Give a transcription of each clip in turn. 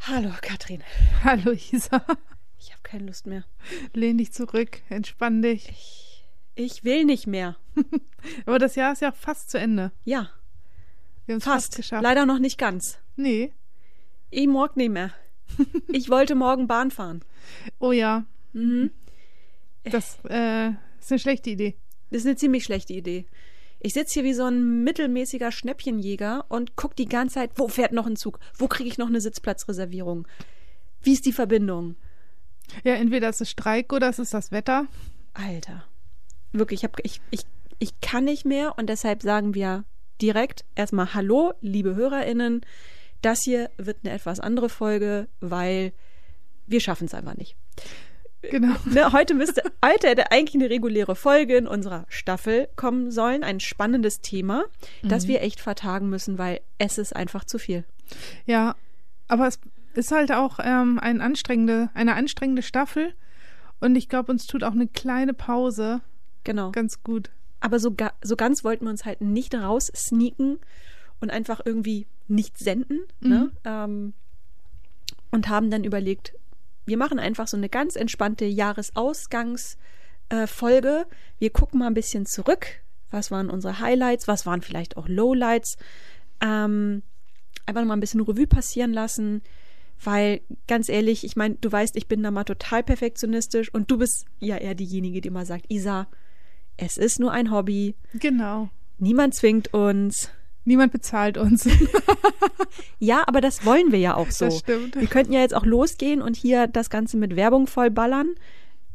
Hallo Katrin. Hallo Isa. Ich habe keine Lust mehr. Lehn dich zurück, entspann dich. Ich, ich will nicht mehr. Aber das Jahr ist ja fast zu Ende. Ja, Wir haben es fast. fast. geschafft. Leider noch nicht ganz. Nee. Ich mag nicht mehr. Ich wollte morgen Bahn fahren. Oh ja, Mhm. das äh, ist eine schlechte Idee. Das ist eine ziemlich schlechte Idee. Ich sitze hier wie so ein mittelmäßiger Schnäppchenjäger und guck die ganze Zeit, wo fährt noch ein Zug? Wo kriege ich noch eine Sitzplatzreservierung? Wie ist die Verbindung? Ja, entweder es ist Streik oder es ist das Wetter. Alter. Wirklich, ich, hab, ich, ich, ich kann nicht mehr und deshalb sagen wir direkt erstmal Hallo, liebe HörerInnen. Das hier wird eine etwas andere Folge, weil wir schaffen es einfach nicht. Genau. Ne, heute müsste, heute hätte eigentlich eine reguläre Folge in unserer Staffel kommen sollen. Ein spannendes Thema, das wir echt vertagen müssen, weil es ist einfach zu viel. Ja, aber es ist halt auch ähm, ein anstrengende, eine anstrengende Staffel. Und ich glaube, uns tut auch eine kleine Pause Genau. ganz gut. Aber so, ga, so ganz wollten wir uns halt nicht raussneaken und einfach irgendwie nicht senden. Ne? Ähm, und haben dann überlegt, wir machen einfach so eine ganz entspannte Jahresausgangsfolge. Äh, Folge. wir gucken mal ein bisschen zurück. Was waren unsere Highlights? Was waren vielleicht auch Lowlights? Ähm, einfach noch mal ein bisschen Revue passieren lassen. Weil, ganz ehrlich, ich meine, du weißt, ich bin da mal total perfektionistisch und du bist ja eher diejenige, die immer sagt, Isa, es ist nur ein Hobby, Genau. niemand zwingt uns. Niemand bezahlt uns. Ja, aber das wollen wir ja auch so. Das stimmt. Wir könnten ja jetzt auch losgehen und hier das Ganze mit Werbung vollballern.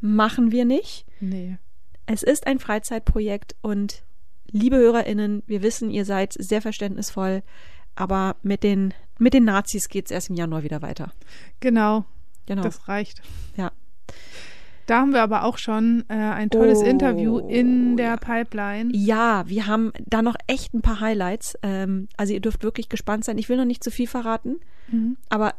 Machen wir nicht. nee. Es ist ein Freizeitprojekt und liebe HörerInnen, wir wissen, ihr seid sehr verständnisvoll, aber mit den, mit den Nazis geht's erst im Januar wieder weiter. Genau. Genau. Das reicht. Ja. Da haben wir aber auch schon äh, ein tolles Oh, Interview in der ja. Pipeline. Ja, wir haben da noch echt ein paar Highlights. Ähm, also ihr dürft wirklich gespannt sein. Ich will noch nicht zu viel verraten, Mhm. aber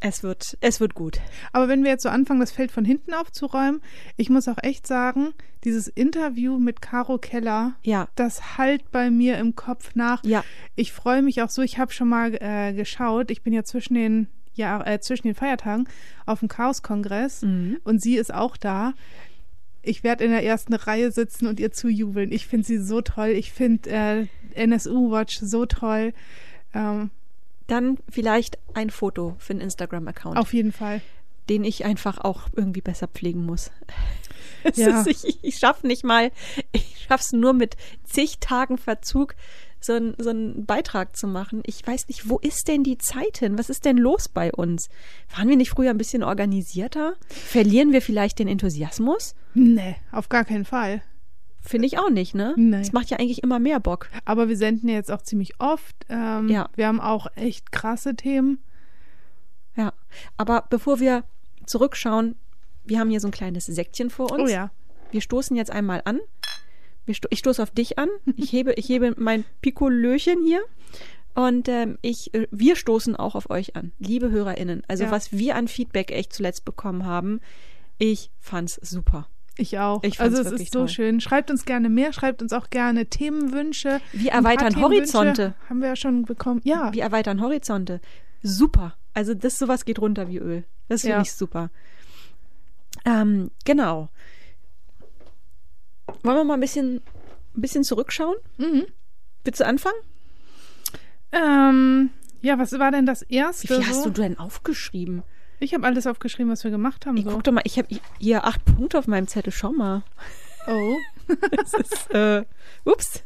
es wird, es wird gut. Aber wenn wir jetzt so anfangen, das Feld von hinten aufzuräumen, ich muss auch echt sagen, dieses Interview mit Caro Keller, Ja. das halt bei mir im Kopf nach. Ja. Ich freue mich auch so. Ich habe schon mal äh, geschaut. Ich bin ja zwischen den, ja, äh, zwischen den Feiertagen auf dem Chaos-Kongress Mhm. und sie ist auch da. Ich werde in der ersten Reihe sitzen und ihr zujubeln. Ich finde sie so toll. Ich finde äh, NSU Watch so toll. Ähm, Dann vielleicht ein Foto für einen Instagram-Account, auf jeden Fall. den ich einfach auch irgendwie besser pflegen muss. Es Ja. ist, ich ich schaffe nicht mal, ich schaffe es nur mit zig Tagen Verzug, so, ein, so einen Beitrag zu machen. Ich weiß nicht, wo ist denn die Zeit hin? Was ist denn los bei uns? Waren wir nicht früher ein bisschen organisierter? Verlieren wir vielleicht den Enthusiasmus? Nee, auf gar keinen Fall. Finde ich auch nicht, ne? Nein. Es macht ja eigentlich immer mehr Bock. Aber wir senden ja jetzt auch ziemlich oft. Ähm, Ja. Wir haben auch echt krasse Themen. Ja. Aber bevor wir zurückschauen, wir haben hier so ein kleines Säckchen vor uns. Oh ja. Wir stoßen jetzt einmal an. Wir sto ich stoße auf dich an. Ich hebe, ich hebe mein Pikolöchen hier. Und ähm, ich, äh, wir stoßen auch auf euch an, liebe HörerInnen. Also Ja. was wir an Feedback echt zuletzt bekommen haben, ich fand's super. Ich auch. Ich fand's also es wirklich ist so toll. schön. Schreibt uns gerne mehr, schreibt uns auch gerne Themenwünsche. Wir Ein paar erweitern Themenwünsche Ah. Horizonte. Haben wir ja schon bekommen. Ja, Wir erweitern Horizonte. Super. Also das sowas geht runter wie Öl. Das finde Ja. ich super. Ähm, genau. Wollen wir mal ein bisschen, ein bisschen zurückschauen? mhm. Willst du anfangen? ähm, ja was war denn das Wie Erste? viel so? hast du denn aufgeschrieben? Ich habe alles aufgeschrieben, was wir gemacht haben. Ich So. guck doch mal, ich habe hier acht Punkte auf meinem Zettel. Schau mal. Oh. Das ist, äh, ups.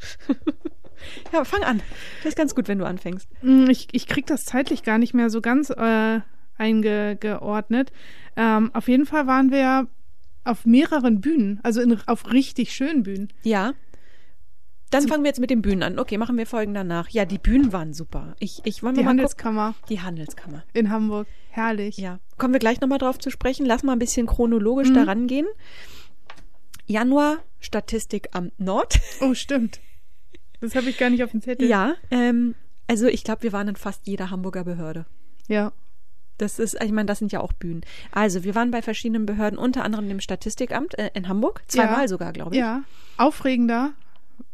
ja, fang an. Das ist ganz gut, wenn du anfängst. Mm, Ich, ich krieg das zeitlich gar nicht mehr so ganz äh, eingeordnet. Ähm, auf jeden Fall waren wir auf mehreren Bühnen, also in, auf richtig schönen Bühnen. Ja. Dann fangen wir jetzt mit den Bühnen an. Okay, machen wir Folgen danach. Ja, die Bühnen waren super. Ich, ich wollen wir Die mal gucken. Handelskammer Die Handelskammer. in Hamburg. Herrlich. Ja. Kommen wir gleich nochmal drauf zu sprechen. Lass mal ein bisschen chronologisch da rangehen. Januar, Statistikamt Nord. Oh, stimmt. Das habe ich gar nicht auf dem Zettel. Ja. Ähm, also ich glaube, wir waren in fast jeder Hamburger Behörde. Ja. Das ist, ich meine, das sind ja auch Bühnen. Also, wir waren bei verschiedenen Behörden, unter anderem dem Statistikamt äh, in Hamburg, zweimal Ja. sogar, glaube ich. ja. Aufregender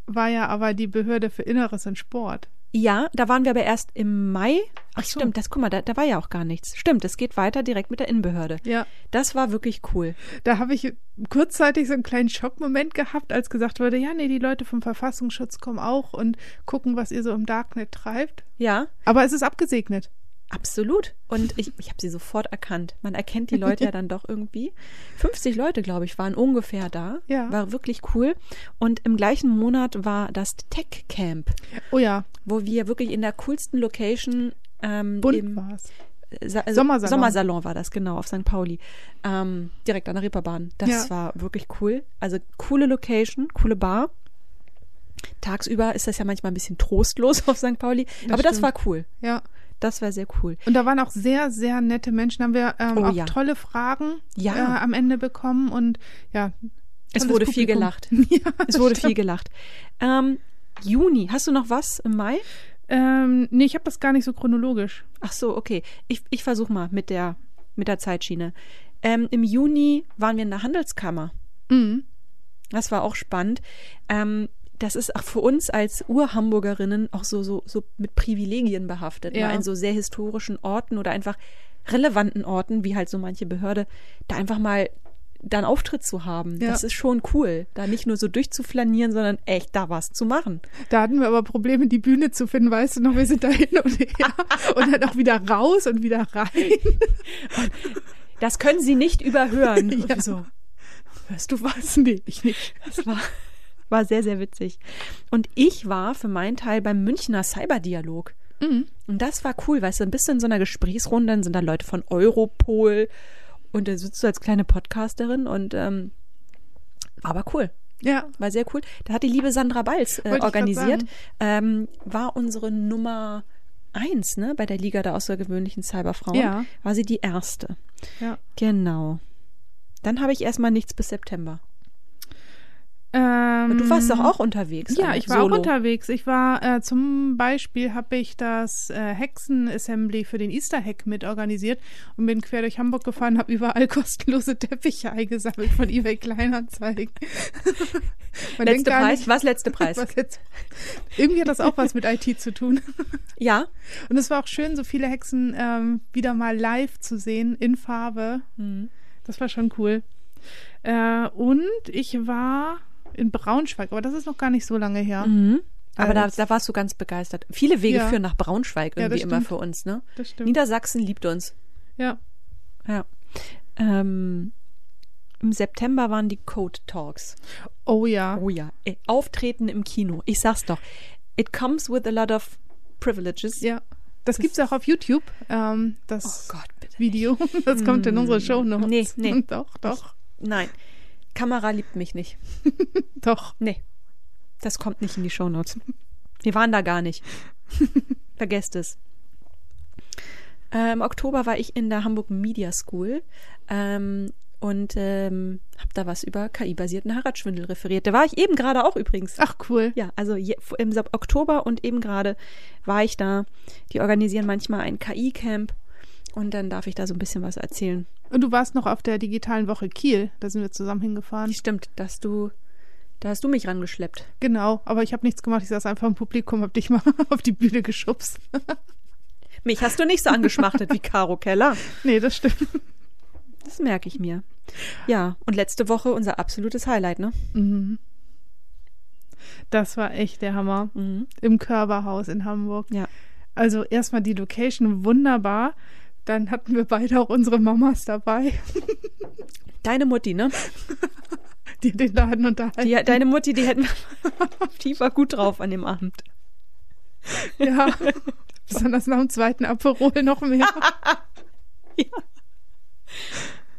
war ja aber die Behörde für Inneres und Sport. Ja, da waren wir aber erst im Mai. Ach, Ach so. stimmt, das guck mal, da, da war ja auch gar nichts. Stimmt, es geht weiter direkt mit der Innenbehörde. Ja. Das war wirklich cool. Da habe ich kurzzeitig so einen kleinen Schockmoment gehabt, als gesagt wurde, ja, nee, die Leute vom Verfassungsschutz kommen auch und gucken, was ihr so im Darknet treibt. Ja, Aber es ist abgesegnet. absolut. Und ich, ich habe sie sofort erkannt. Man erkennt die Leute ja dann doch irgendwie. 50 Leute, glaube ich, waren ungefähr da. Ja. War wirklich cool. Und im gleichen Monat war das Tech Camp, Oh ja, wo wir wirklich in der coolsten Location ähm, bunt im- war's. Sa äh, Sommersalon. Sommersalon war das, genau, auf St. Pauli. Ähm, direkt an der Reeperbahn. Das Ja. war wirklich cool. Also coole Location, coole Bar. Tagsüber ist das ja manchmal ein bisschen trostlos auf St. Pauli. aber das war stimmt. cool. Ja. Das war sehr cool. Und da waren auch sehr, sehr nette Menschen. Da Haben wir ähm, Oh auch ja. tolle Fragen Ja. äh, am Ende bekommen und ja. Es tolles wurde viel Publikum. gelacht. Ja, Es wurde stimmt. viel gelacht. Ähm, Juni, hast du noch was im Mai? Ähm, nee, ich habe das gar nicht so chronologisch. Ach so, okay. Ich, ich versuche mal mit der, mit der Zeitschiene. Ähm, Im Juni waren wir in der Handelskammer. Mhm. Das war auch spannend. Ähm, das ist auch für uns als Urhamburgerinnen auch so, so, so mit Privilegien behaftet. Ja. Mal in so sehr historischen Orten oder einfach relevanten Orten, wie halt so manche Behörde, da einfach mal dann Auftritt zu haben. Ja. Das ist schon cool, da nicht nur so durchzuflanieren, sondern echt da was zu machen. Da hatten wir aber Probleme, die Bühne zu finden, weißt du noch, wir sind da hin und her und dann auch wieder raus und wieder rein. Das können sie nicht überhören. Und wir Ja. so, hörst du was? Nee, ich nicht. Das war, war sehr, sehr witzig. Und ich war für meinen Teil beim Münchner Cyberdialog. Mhm. Und das war cool, weißt du, ein bisschen in so einer Gesprächsrunde, dann sind da Leute von Europol und da sitzt du als kleine Podcasterin und ähm, war aber cool, Ja, war sehr cool. Da hat die liebe Sandra Balz Wollte äh, ich grad organisiert, sagen. ähm, war unsere Nummer eins, ne, bei der Liga der außergewöhnlichen Cyberfrauen, Ja. war sie die erste. ja. Genau. Dann habe ich erstmal nichts bis September. Ähm, Und du warst doch auch unterwegs. Mhm. Ja, Anne, ich war solo. auch unterwegs. Ich war äh, zum Beispiel habe ich das äh, Hexen-Assembly für den Easter-Hack mit organisiert und bin quer durch Hamburg gefahren, habe überall kostenlose Teppiche eingesammelt von eBay Kleinanzeigen. Man denkt Letzte gar Preis, nicht, was letzte Preis? was jetzt? Irgendwie hat das auch was mit IT zu tun. Ja, Und es war auch schön, so viele Hexen ähm, wieder mal live zu sehen, in Farbe. Mhm. Das war schon cool. Äh, und ich war in Braunschweig, aber das ist noch gar nicht so lange her. Mhm. aber da, Als- da warst du ganz begeistert. Viele Wege Mhm. Also Ja. führen nach Braunschweig Ja, das irgendwie immer stimmt. für uns, ne? Das stimmt. Niedersachsen liebt uns. ja. Ja. Ähm, Im September waren die Code Talks. Oh ja. Oh ja. Äh, Auftreten im Kino. Ich sag's doch. It comes with a lot of privileges. Ja. Das gibt's auch auf YouTube, ähm, das Oh Gott, bitte. Video. Das kommt in unsere Show noch. Nee, nee. Doch, doch, Nein. Kamera liebt mich nicht. doch. Nee. Das kommt nicht in die Shownotes. Wir waren da gar nicht. Vergesst es. Äh, Im Oktober war ich in der Hamburg Media School ähm, und ähm, habe da was über KI-basierten Harradschwindel referiert. Da war ich eben gerade auch übrigens. Ach cool. Ja, also je, im Sep- Oktober und eben gerade war ich da. Die organisieren manchmal ein KI-Camp und dann darf ich da so ein bisschen was erzählen. Und du warst noch auf der digitalen Woche Kiel. Da sind wir zusammen hingefahren. Stimmt, dass du, da hast du mich rangeschleppt. Genau, aber ich habe nichts gemacht. Ich saß einfach im Publikum, hab dich mal auf die Bühne geschubst. Mich hast du nicht so angeschmachtet wie Caro Keller. Nee, das stimmt. Das merke ich mir. Ja, und letzte Woche unser absolutes Highlight, ne? Mhm. Das war echt der Hammer. Mhm. Im Körperhaus in Hamburg. Ja. Also erstmal die Location wunderbar. Dann hatten wir beide auch unsere Mamas dabei, Deine Mutti, ne? die den Laden unterhalten. Die, deine Mutti, die hätten die war gut drauf an dem Abend. Ja. Besonders nach dem zweiten Aperol noch mehr.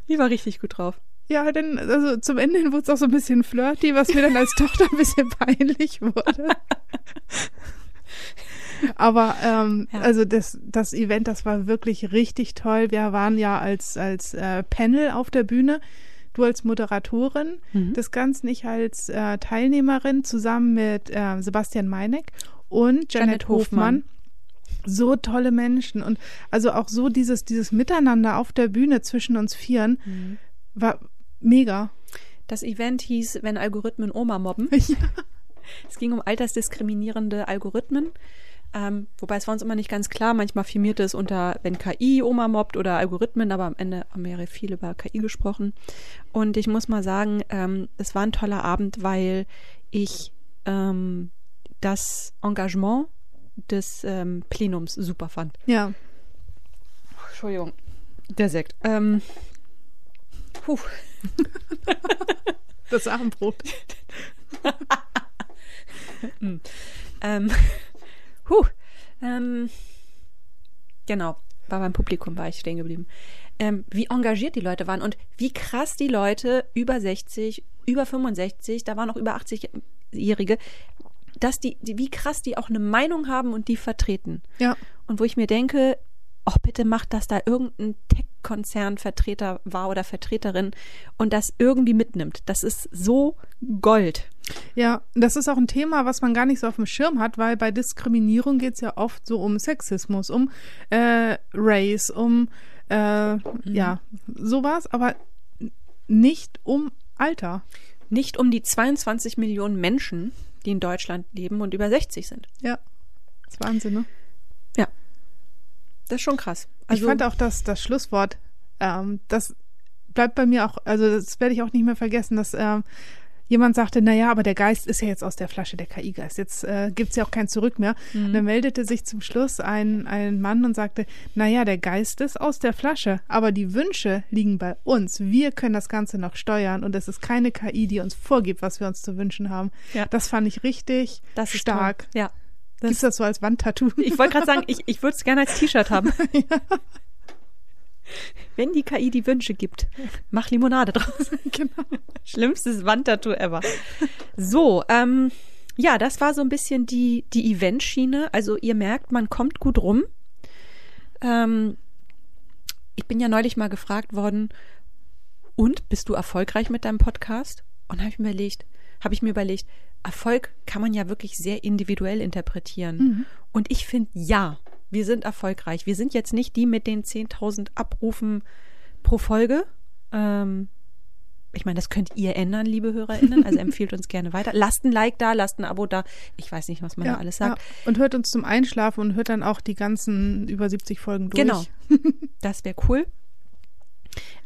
Die war richtig gut drauf. Ja, denn also zum Ende hin wurde es auch so ein bisschen flirty, was mir dann als Tochter ein bisschen peinlich wurde. Aber ähm, Ja. also das, das Event, das war wirklich richtig toll. Wir waren ja als, als äh, Panel auf der Bühne. Du als Moderatorin Mhm. des Ganzen, ich als äh, Teilnehmerin zusammen mit äh, Sebastian Meineck und Janet Janet Hofmann. Hofmann. So tolle Menschen und also auch so dieses, dieses Miteinander auf der Bühne zwischen uns Vieren war mega. Das Event hieß, wenn Algorithmen Oma mobben. Es ging um altersdiskriminierende Algorithmen. Ähm, wobei es war uns immer nicht ganz klar. Manchmal firmierte es unter, wenn KI Oma mobbt oder Algorithmen, aber am Ende haben wir ja viel über KI gesprochen. Und ich muss mal sagen, ähm, es war ein toller Abend, weil ich ähm, das Engagement des ähm, Plenums super fand. Ja. Entschuldigung, der Sekt. Ähm, puh. Das Affenbrot. Ähm, huh, ähm, genau, war beim Publikum war ich stehen geblieben. Ähm, wie engagiert die Leute waren und wie krass die Leute über 60, über 65, da waren auch über 80-Jährige, dass die, die, wie krass die auch eine Meinung haben und die vertreten. Ja. Und wo ich mir denke, ach bitte macht, dass da irgendein Tech-Konzern-Vertreter war oder Vertreterin und das irgendwie mitnimmt. Das ist so Gold. Ja, das ist auch ein Thema, was man gar nicht so auf dem Schirm hat, weil bei Diskriminierung geht es ja oft so um Sexismus, um äh, Race, um äh, ja, sowas, aber nicht um Alter. Nicht um die 22 Millionen Menschen, die in Deutschland leben und über 60 sind. Ja. Das ist Wahnsinn, ne? Ja. Das ist schon krass. Also, ich fand auch das, das Schlusswort, ähm, das bleibt bei mir auch, also das werde ich auch nicht mehr vergessen, dass ähm, jemand sagte, naja, aber der Geist ist ja jetzt aus der Flasche, der KI-Geist, jetzt äh, gibt es ja auch kein Zurück mehr. Mhm. Und dann meldete sich zum Schluss ein, ein Mann und sagte, naja, der Geist ist aus der Flasche, aber die Wünsche liegen bei uns. Wir können das Ganze noch steuern und es ist keine KI, die uns vorgibt, was wir uns zu wünschen haben. Ja. Das fand ich richtig das ist stark. toll. Ja. Das- Gibt's das so als Wandtattoo? Ich wollte gerade sagen, ich, ich würde es gerne als T-Shirt haben. Wenn die KI die Wünsche gibt, mach Limonade draus. genau. Schlimmstes Wandtattoo ever. So, ähm, ja, das war so ein bisschen die, die Event-Schiene. Also ihr merkt, man kommt gut rum. Ähm, ich bin ja neulich mal gefragt worden, und bist du erfolgreich mit deinem Podcast? Und habe ich mir überlegt, habe ich mir überlegt, Erfolg kann man ja wirklich sehr individuell interpretieren. Und ich finde ja, wir sind erfolgreich. Wir sind jetzt nicht die mit den 10.000 Abrufen pro Folge. Ähm, ich meine, das könnt ihr ändern, liebe HörerInnen. Also empfiehlt uns gerne weiter. Lasst ein Like da, lasst ein Abo da. Ich weiß nicht, was man da alles sagt. Und hört uns zum Einschlafen und hört dann auch die ganzen über 70 Folgen durch. Genau. Das wäre cool.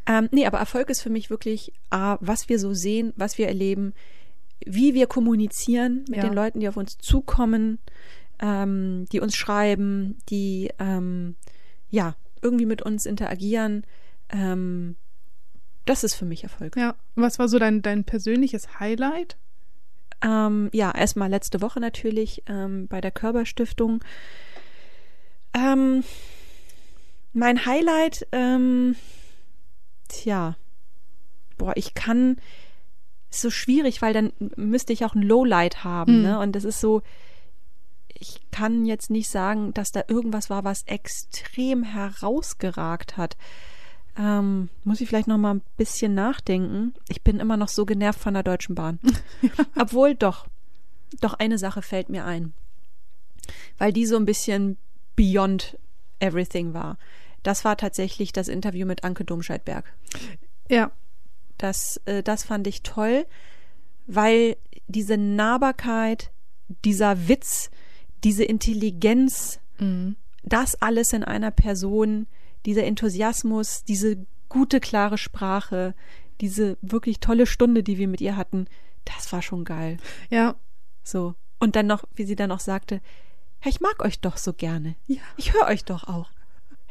Ähm, nee, aber Erfolg ist für mich wirklich, A, was wir so sehen, was wir erleben, wie wir kommunizieren mit Ja. den Leuten, die auf uns zukommen, ähm, die uns schreiben, die ähm, ja irgendwie mit uns interagieren. Ähm, das ist für mich Erfolg. Ja. Und was war so dein, dein persönliches Highlight? Ähm, ja, erstmal letzte Woche natürlich ähm, bei der Körperstiftung. Ähm, mein Highlight, ähm, tja, boah, ich kann, ist so schwierig, weil dann müsste ich auch ein Lowlight haben, Mhm. ne? Und das ist so, ich kann jetzt nicht sagen, dass da irgendwas war, was extrem herausgeragt hat. Ähm, muss ich vielleicht noch mal ein bisschen nachdenken. Ich bin immer noch so genervt von der Deutschen Bahn. Obwohl doch, doch eine Sache fällt mir ein, weil die so ein bisschen beyond everything war. Das war tatsächlich das Interview mit Anke Domscheidberg. Ja. Das, äh, das fand ich toll, weil diese Nahbarkeit, dieser Witz, diese Intelligenz, Mhm. Mhm. das alles in einer Person, dieser Enthusiasmus, diese gute, klare Sprache, diese wirklich tolle Stunde, die wir mit ihr hatten, das war schon geil. Ja. So. Und dann noch, wie sie dann noch sagte, "Ja, ich mag euch doch so gerne. Ja. Ich höre euch doch auch.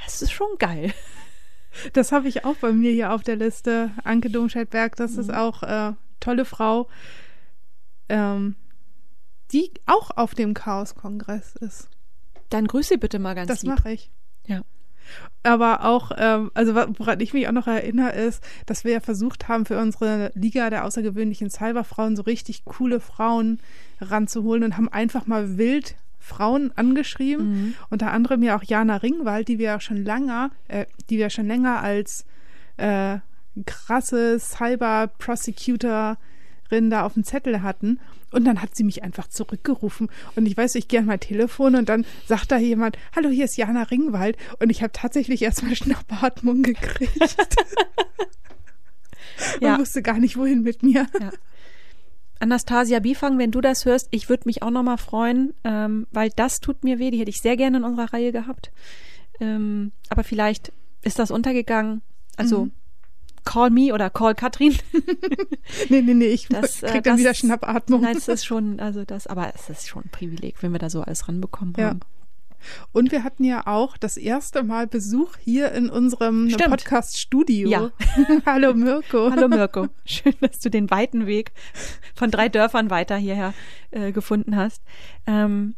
Das ist schon geil. Das habe ich auch bei mir hier auf der Liste. Anke Domscheit-Berg, das Mhm. ist auch äh, tolle Frau, ähm, die auch auf dem Chaos-Kongress ist. Dann grüß sie bitte mal ganz Das lieb. mache ich. Ja. Aber auch, ähm, also wa- woran ich mich auch noch erinnere, ist, dass wir ja versucht haben, für unsere Liga der außergewöhnlichen Cyberfrauen so richtig coole Frauen ranzuholen und haben einfach mal wild Frauen angeschrieben. Mhm. Unter anderem ja auch Jana Ringwald, die wir ja schon lange, äh, die wir schon länger als äh, krasse Cyber-Prosecutorin da auf dem Zettel hatten. Und dann hat sie mich einfach zurückgerufen. Und ich weiß, ich gehe an mein Telefon und dann sagt da jemand, hallo, hier ist Jana Ringwald. Und ich habe tatsächlich erstmal Schnappatmung gekriegt Ja. und wusste gar nicht, wohin mit mir. Ja. Anastasia Biefang, wenn du das hörst, ich würde mich auch nochmal freuen, ähm, weil das tut mir weh. Die hätte ich sehr gerne in unserer Reihe gehabt. Ähm, aber vielleicht ist das untergegangen. Also Mhm. call me oder call Katrin. Nee, nee, nee, ich Das, äh, krieg dann das- wieder Schnappatmung. Nein, es ist schon, also das, aber es ist schon ein Privileg, wenn wir da so alles ranbekommen Ja. haben. Und wir hatten ja auch das erste Mal Besuch hier in unserem Stimmt. Podcast-Studio. Ja. Hallo Mirko. Hallo Mirko, schön, dass du den weiten Weg von drei Dörfern weiter hierher äh, gefunden hast. Ähm,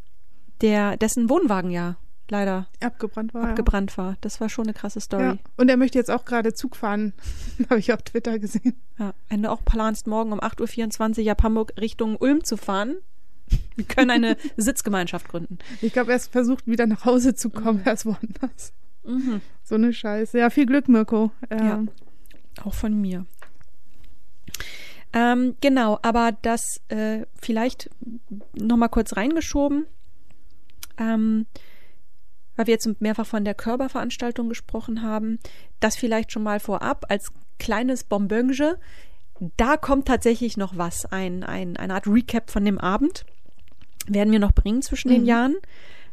der, dessen Wohnwagen ja leider Abgebrannt Ah, war. er. abgebrannt war. Das war schon eine krasse Story. Ja. Und er möchte jetzt auch gerade Zug fahren. Habe ich auf Twitter gesehen. Ja, wenn du auch planst, morgen um 8.24 Uhr ab Hamburg Richtung Ulm zu fahren, wir können eine Sitzgemeinschaft gründen. Ich glaube, er ist versucht, wieder nach Hause zu kommen. Er ist woanders. Mhm. So eine Scheiße. Ja, viel Glück, Mirko. Ähm, Ja. Auch von mir. Ähm, genau, aber das äh, vielleicht nochmal kurz reingeschoben, ähm, weil wir jetzt mehrfach von der Körperveranstaltung gesprochen haben. Das vielleicht schon mal vorab als kleines Bonbönge. Da kommt tatsächlich noch was, ein, ein, eine Art Recap von dem Abend. Werden wir noch bringen zwischen den Mhm. Jahren.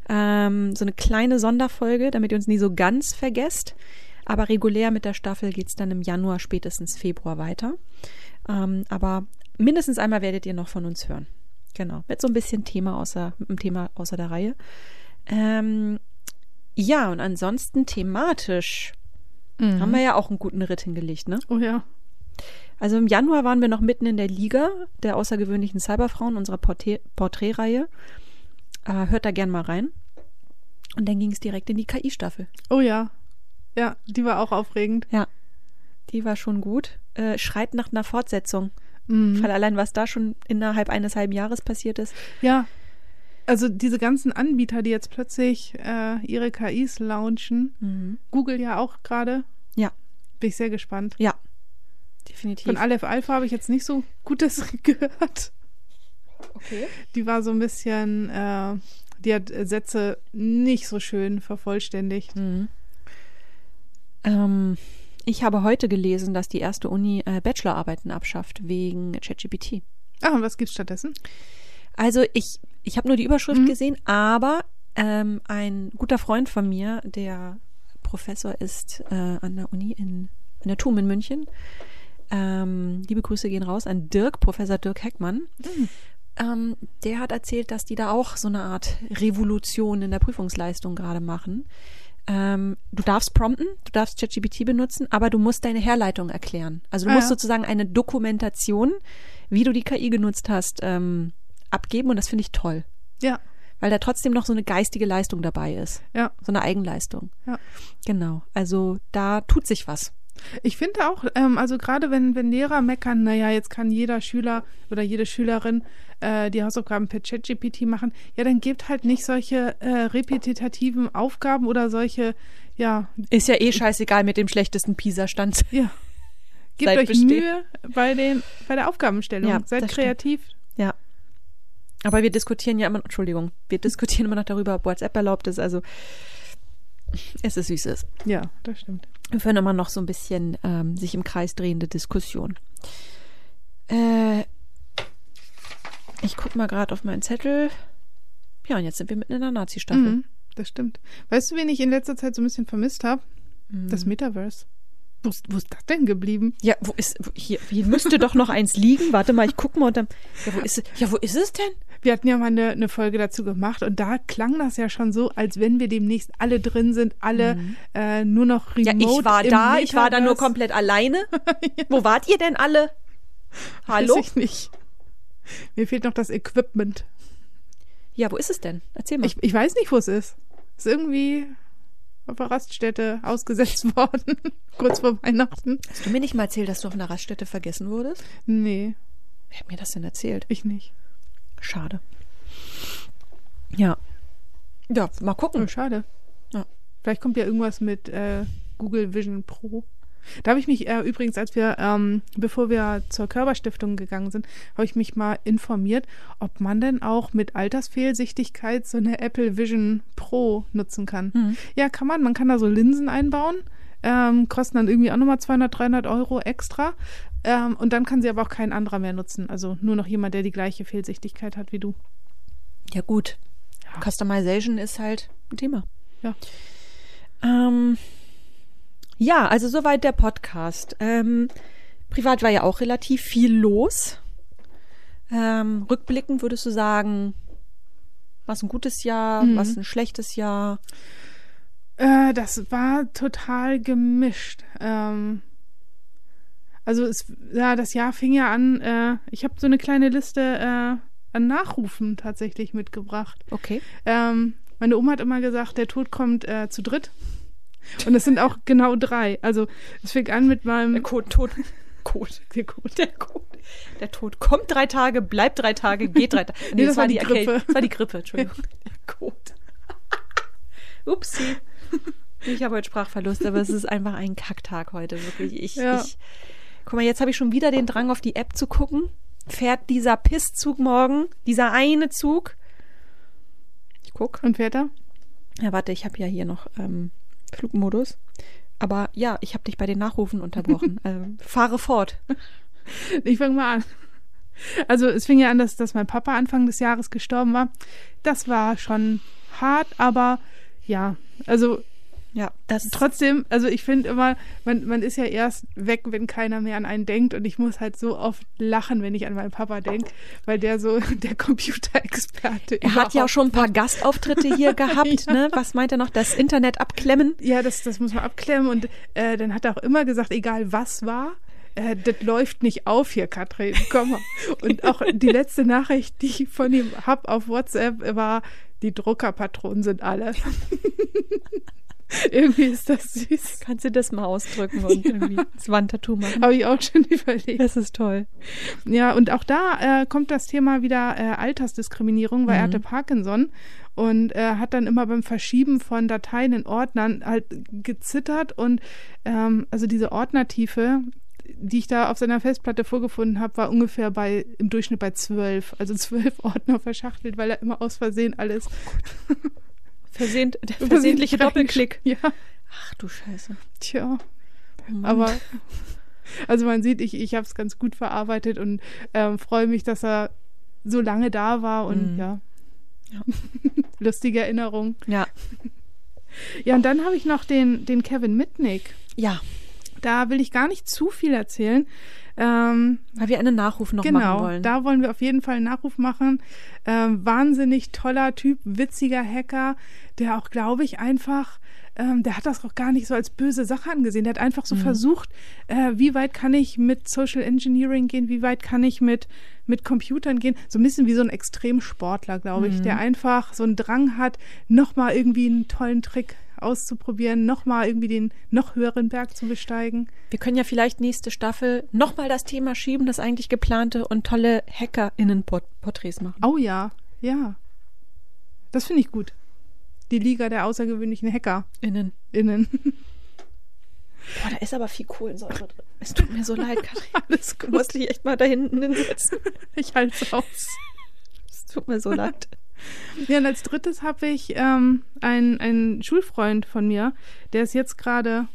Ähm, so eine kleine Sonderfolge, damit ihr uns nie so ganz vergesst. Aber regulär mit der Staffel geht's dann im Januar, spätestens Februar weiter. Ähm, aber mindestens einmal werdet ihr noch von uns hören. Genau. Mit so ein bisschen Thema außer, mit einem Thema außer der Reihe. Ähm, ja, und ansonsten thematisch Mhm. haben wir ja auch einen guten Ritt hingelegt, ne? Oh ja. Also im Januar waren wir noch mitten in der Liga der außergewöhnlichen Cyberfrauen, unserer Porträt- Porträtreihe. Äh, hört da gern mal rein. Und dann ging es direkt in die KI-Staffel. Oh ja. Ja, die war auch aufregend. Die war schon gut. Äh, schreit nach einer Fortsetzung. Mhm. Weil allein, was da schon innerhalb eines halben Jahres passiert ist. Ja. Also diese ganzen Anbieter, die jetzt plötzlich äh, ihre KIs launchen. Mhm. Google ja auch gerade. Ja. Bin ich sehr gespannt. Ja, definitiv. Von Aleph Alpha habe ich jetzt nicht so Gutes gehört. okay. Die war so ein bisschen, äh, die hat äh, Sätze nicht so schön vervollständigt. Ähm, ich habe heute gelesen, dass die erste Uni äh, Bachelorarbeiten abschafft wegen ChatGPT. Ah, und was gibt's stattdessen? Also ich, ich habe nur die Überschrift Mhm. gesehen, aber ähm, ein guter Freund von mir, der Professor ist äh, an der Uni in, in der TUM in München. Ähm, liebe Grüße gehen raus an Dirk, Professor Dirk Heckmann. Hm. Ähm, der hat erzählt, dass die da auch so eine Art Revolution in der Prüfungsleistung gerade machen. Ähm, du darfst prompten, du darfst ChatGPT benutzen, aber du musst deine Herleitung erklären. Also du Ah, musst ja. sozusagen eine Dokumentation, wie du die KI genutzt hast, ähm, abgeben und das finde ich toll, Ja, weil da trotzdem noch so eine geistige Leistung dabei ist, ja. so eine Eigenleistung. Ja. Genau, also da tut sich was. Ich finde auch, ähm, also gerade wenn, wenn Lehrer meckern, naja, jetzt kann jeder Schüler oder jede Schülerin äh, die Hausaufgaben per ChatGPT machen, ja, dann gebt halt nicht solche äh, repetitativen Aufgaben oder solche, ja, Ist ja eh scheißegal mit dem schlechtesten PISA-Stand. ja. Gebt Seid euch bestehen. Mühe bei, den, bei der Aufgabenstellung. Ja, Seid das stimmt. kreativ. Ja. Aber wir diskutieren ja immer, Entschuldigung, wir diskutieren immer noch darüber, ob WhatsApp erlaubt ist. Also es ist süßes. Ja, das stimmt. Wir führen immer noch so ein bisschen ähm, sich im Kreis drehende Diskussion. Äh, ich guck mal gerade auf meinen Zettel. Ja, und jetzt sind wir mitten in der Nazi-Staffel. Mhm, das stimmt. Weißt du, wen ich in letzter Zeit so ein bisschen vermisst habe? Mhm. Das Metaverse. Wo ist, wo ist das denn geblieben? Ja, wo ist, wo, hier, hier müsste doch noch eins liegen. Warte mal, ich guck mal und dann, ja, wo ist, ja, wo ist es denn? Wir hatten ja mal eine, eine Folge dazu gemacht und da klang das ja schon so, als wenn wir demnächst alle drin sind, alle äh, nur noch Mhm. Ja, remote. ich war im da, ich war da nur Metaverse. komplett alleine. Wo wart ihr denn alle? Hallo? Weiß ich nicht. Mir fehlt noch das Equipment. Ja, wo ist es denn? Erzähl mal. Ich, ich weiß nicht, wo es ist. Ist irgendwie auf der Raststätte ausgesetzt worden, kurz vor Weihnachten. hast du mir nicht mal erzählt, dass du auf einer Raststätte vergessen wurdest? Nee, Wer hat mir das denn erzählt? ich nicht. Schade. Ja. Ja, mal Oh, gucken. schade. Ja. Vielleicht kommt ja irgendwas mit äh, Google Vision Pro. Da habe ich mich äh, übrigens, als wir, ähm, bevor wir zur Körperstiftung gegangen sind, habe ich mich mal informiert, ob man denn auch mit Altersfehlsichtigkeit so eine Apple Vision Pro nutzen kann. Mhm. Ja, kann man. Man kann da so Linsen einbauen, ähm, kosten dann irgendwie auch nochmal 200, 300 Euro extra. Ähm, und dann kann sie aber auch kein anderer mehr nutzen. Also nur noch jemand, der die gleiche Fehlsichtigkeit hat wie du. Ja, gut. Customization ist halt ein Thema. Ja. Ähm, ja, also soweit der Podcast. Ähm, privat war ja auch relativ viel los. Ähm, rückblickend würdest du sagen, was ein gutes Jahr, Mhm. was ein schlechtes Jahr. Äh, das war total gemischt. Ähm, also es, ja, das Jahr fing ja an. Äh, ich habe so eine kleine Liste äh, an Nachrufen tatsächlich mitgebracht. Okay. Ähm, meine Oma hat immer gesagt, der Tod kommt äh, zu dritt. Und es sind auch genau drei. Also es fing an mit meinem Kot, Tod, Kot, der Kot, der Kot. Der Tod kommt drei Tage, bleibt drei Tage, geht drei Tage. Nee, das war die Erkältung. Grippe. Das war die Grippe, Entschuldigung. Der Kot. Upsi. Ich habe heute Sprachverlust, aber es ist einfach ein Kacktag heute, wirklich. Ich, Ja. ich, guck mal, jetzt habe ich schon wieder den Drang, auf die App zu gucken. Fährt dieser Pisszug morgen, dieser eine Zug? Ich guck. und Väter. Ja, warte, ich habe ja hier noch ähm, Flugmodus. Aber ja, ich habe dich bei den Nachrufen unterbrochen. ähm, fahre fort. Ich fange mal an. Also es fing ja an, dass, dass mein Papa Anfang des Jahres gestorben war. Das war schon hart, aber ja, also Ja, das trotzdem, also ich finde immer, man, man ist ja erst weg, wenn keiner mehr an einen denkt. Und ich muss halt so oft lachen, wenn ich an meinen Papa denke, weil der so der Computerexperte Er hat ja auch schon ein paar Gastauftritte hier gehabt, Ja. ne? Was meint er noch? Das Internet abklemmen? Ja, das, das muss man abklären. Und äh, dann hat er auch immer gesagt, egal was war, äh, das läuft nicht auf hier, Katrin. Komm mal. Und auch die letzte Nachricht, die ich von ihm hab auf WhatsApp, war, die Druckerpatronen sind alle. Irgendwie ist das süß. Kannst du das mal ausdrücken und irgendwie das Wandtattoo machen? Habe ich auch schon überlegt. Das ist toll. Ja, und auch da äh, kommt das Thema wieder äh, Altersdiskriminierung, weil er hatte Parkinson und äh, hat dann immer beim Verschieben von Dateien in Ordnern halt gezittert und ähm, also diese Ordnertiefe, die ich da auf seiner Festplatte vorgefunden habe, war ungefähr bei im Durchschnitt bei zwölf, also zwölf Ordner verschachtelt, weil er immer aus Versehen alles Versehnt, der versehentliche Doppelklick. Ja, Ach du Scheiße. tja. Oh Mann. Aber also man sieht, ich, ich habe es ganz gut verarbeitet und ähm, freue mich, dass er so lange da war und Mhm. ja. Ja. Lustige Erinnerung. ja, Ja, und dann habe ich noch den, den Kevin Mitnick. ja, Da will ich gar nicht zu viel erzählen. Ähm, weil wir einen Nachruf noch machen genau, wollen. da wollen wir auf jeden Fall einen Nachruf machen. Ähm, wahnsinnig toller Typ, witziger Hacker, der auch, glaube ich, einfach, ähm, der hat das auch gar nicht so als böse Sache angesehen. Der hat einfach Mhm. so versucht, äh, wie weit kann ich mit Social Engineering gehen, wie weit kann ich mit, mit Computern gehen. So ein bisschen wie so ein Extremsportler, glaube ich, Mhm. der einfach so einen Drang hat, nochmal irgendwie einen tollen Trick auszuprobieren, nochmal irgendwie den noch höheren Berg zu besteigen. Wir können ja vielleicht nächste Staffel nochmal das Thema schieben, das eigentlich geplante und tolle HackerInnen-Porträts machen. Oh ja, ja. Das finde ich gut. Die Liga der außergewöhnlichen HackerInnen. Innen. Boah, da ist aber viel Kohlensäure drin. Es tut mir so leid, Katrin. Alles Du gut. musst dich echt mal da hinten hinsetzen. Ich halte es aus. Es tut mir so leid. Ja, und als drittes habe ich ähm, einen, einen Schulfreund von mir, der ist jetzt gerade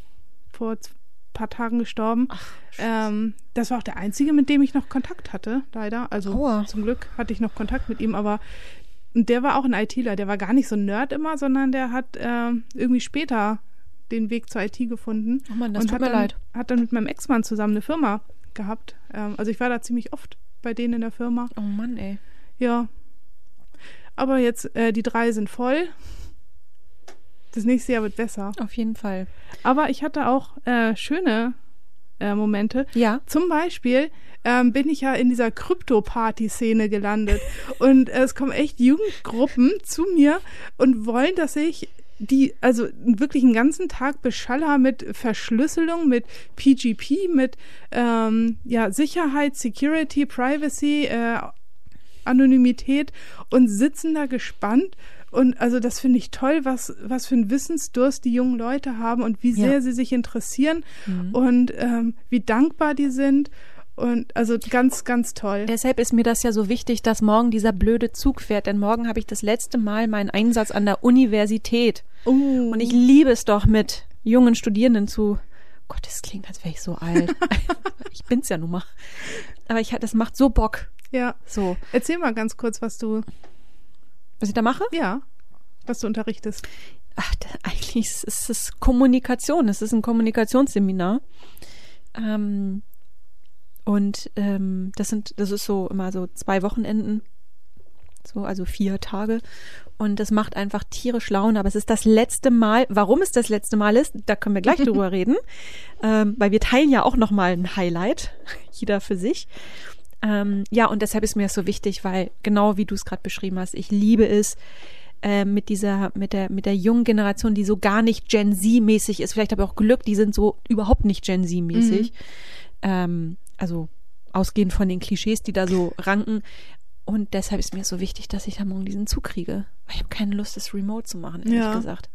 vor ein paar Tagen gestorben. ähm, das war auch der einzige, mit dem ich noch Kontakt hatte, leider. Also Aua. zum Glück hatte ich noch Kontakt mit ihm, aber und der war auch ein ITler. Der war gar nicht so ein Nerd immer, sondern der hat ähm, irgendwie später den Weg zur IT gefunden. Oh Mann, das und tut hat mir dann, leid. Hat dann mit meinem Ex-Mann zusammen eine Firma gehabt. Ähm, also ich war da ziemlich oft bei denen in der Firma. Oh Mann, ey. Ja. Aber jetzt, äh, die drei sind voll. Das nächste Jahr wird besser. Auf jeden Fall. Aber ich hatte auch äh, schöne äh, Momente. Ja. Zum Beispiel ähm, bin ich ja in dieser Krypto-Party-Szene gelandet. Und äh, es kommen echt Jugendgruppen zu mir und wollen, dass ich die, also wirklich einen ganzen Tag beschaller mit Verschlüsselung, mit PGP, mit ähm, ja, Sicherheit, Security, Privacy, äh, Anonymität und sitzen da gespannt. Und also das finde ich toll, was, was für ein Wissensdurst die jungen Leute haben und wie Ja. sehr sie sich interessieren und ähm, wie dankbar die sind. Und also ganz, ganz toll. Deshalb ist mir das ja so wichtig, dass morgen dieser blöde Zug fährt, denn morgen habe ich das letzte Mal meinen Einsatz an der Universität. Oh. Und ich liebe es doch mit jungen Studierenden zu. Gott, das klingt, als wäre ich so alt. ich bin's ja nun mal. Aber ich, das macht so Bock. Ja. So, Erzähl mal ganz kurz, was du, was ich da mache? ja, was du unterrichtest. Ach, da, eigentlich ist ist es Kommunikation. Es ist ein Kommunikationsseminar. Ähm, und ähm, das sind, das ist so immer so zwei Wochenenden, so also vier Tage. Und das macht einfach tierisch Laune. Aber es ist das letzte Mal. Warum es das letzte Mal ist, da können wir gleich drüber reden, ähm, weil wir teilen ja auch noch mal ein Highlight, jeder für sich. Ähm, ja, und deshalb ist mir das so wichtig, weil genau wie du es gerade beschrieben hast, ich liebe es äh, mit dieser, mit der, mit der jungen Generation, die so gar nicht Gen Z-mäßig ist. Vielleicht habe ich auch Glück, die sind so überhaupt nicht Gen Z-mäßig. Ähm, also ausgehend von den Klischees, die da so ranken. Und deshalb ist mir so wichtig, dass ich da morgen diesen Zug kriege. Weil ich habe keine Lust, das Remote zu machen, ehrlich Ja. gesagt.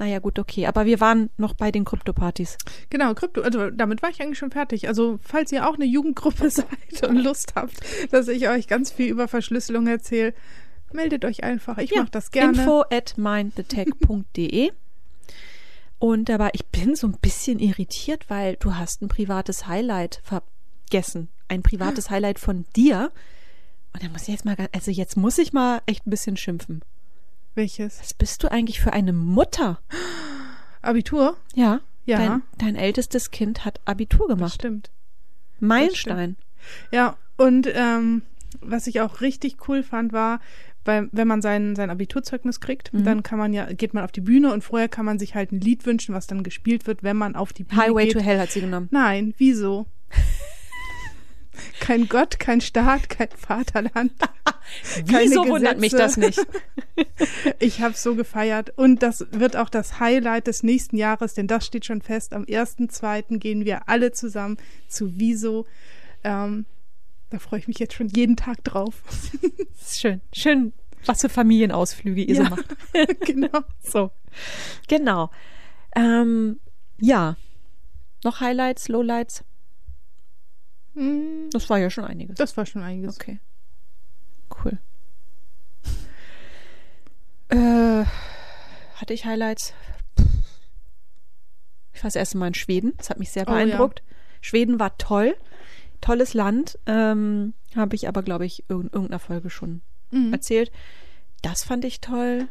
Naja, gut, okay. Aber wir waren noch bei den Krypto-Partys. Genau, Krypto, also damit war ich eigentlich schon fertig. Also, falls ihr auch eine Jugendgruppe seid und Lust habt, dass ich euch ganz viel über Verschlüsselung erzähle, meldet euch einfach. Ich mache das gerne. Info at mindthetech.de. Und dabei, ich bin so ein bisschen irritiert, weil du hast ein privates Highlight vergessen. Ein privates Highlight von dir. Und dann muss ich jetzt mal, ganz- also jetzt muss ich mal echt ein bisschen schimpfen. Welches? Was bist du eigentlich für eine Mutter? Abitur? Ja. Ja. Dein, dein ältestes Kind hat Abitur Das gemacht. stimmt. Meilenstein. Ja, und ähm, was ich auch richtig cool fand, war, bei, wenn man sein, sein Abiturzeugnis kriegt, Mhm. dann kann man ja, geht man auf die Bühne und vorher kann man sich halt ein Lied wünschen, was dann gespielt wird, wenn man auf die Bühne Highway geht. to Hell hat sie genommen. Nein, wieso? kein Gott, kein Staat, kein Vaterland. Keine Wieso wundert mich das Gesetze. nicht? Ich habe so gefeiert. Und das wird auch das Highlight des nächsten Jahres, denn das steht schon fest. Am 1.2. gehen wir alle zusammen zu Wieso. Ähm, da freue ich mich jetzt schon jeden Tag drauf. Das ist schön. Schön, was für Familienausflüge ihr so macht. genau. So. Genau. Ähm, ja. Noch Highlights, Lowlights? Mm, Das war ja schon einiges. Das war schon einiges. Mhm. Okay. Cool. Äh, hatte ich Highlights? Ich war das erste Mal in Schweden. Das hat mich sehr Oh, ja. beeindruckt. Schweden war toll. Tolles Land. Ähm, Habe ich aber, glaube ich, in irgendeiner Folge schon Mhm. erzählt. Das fand ich toll.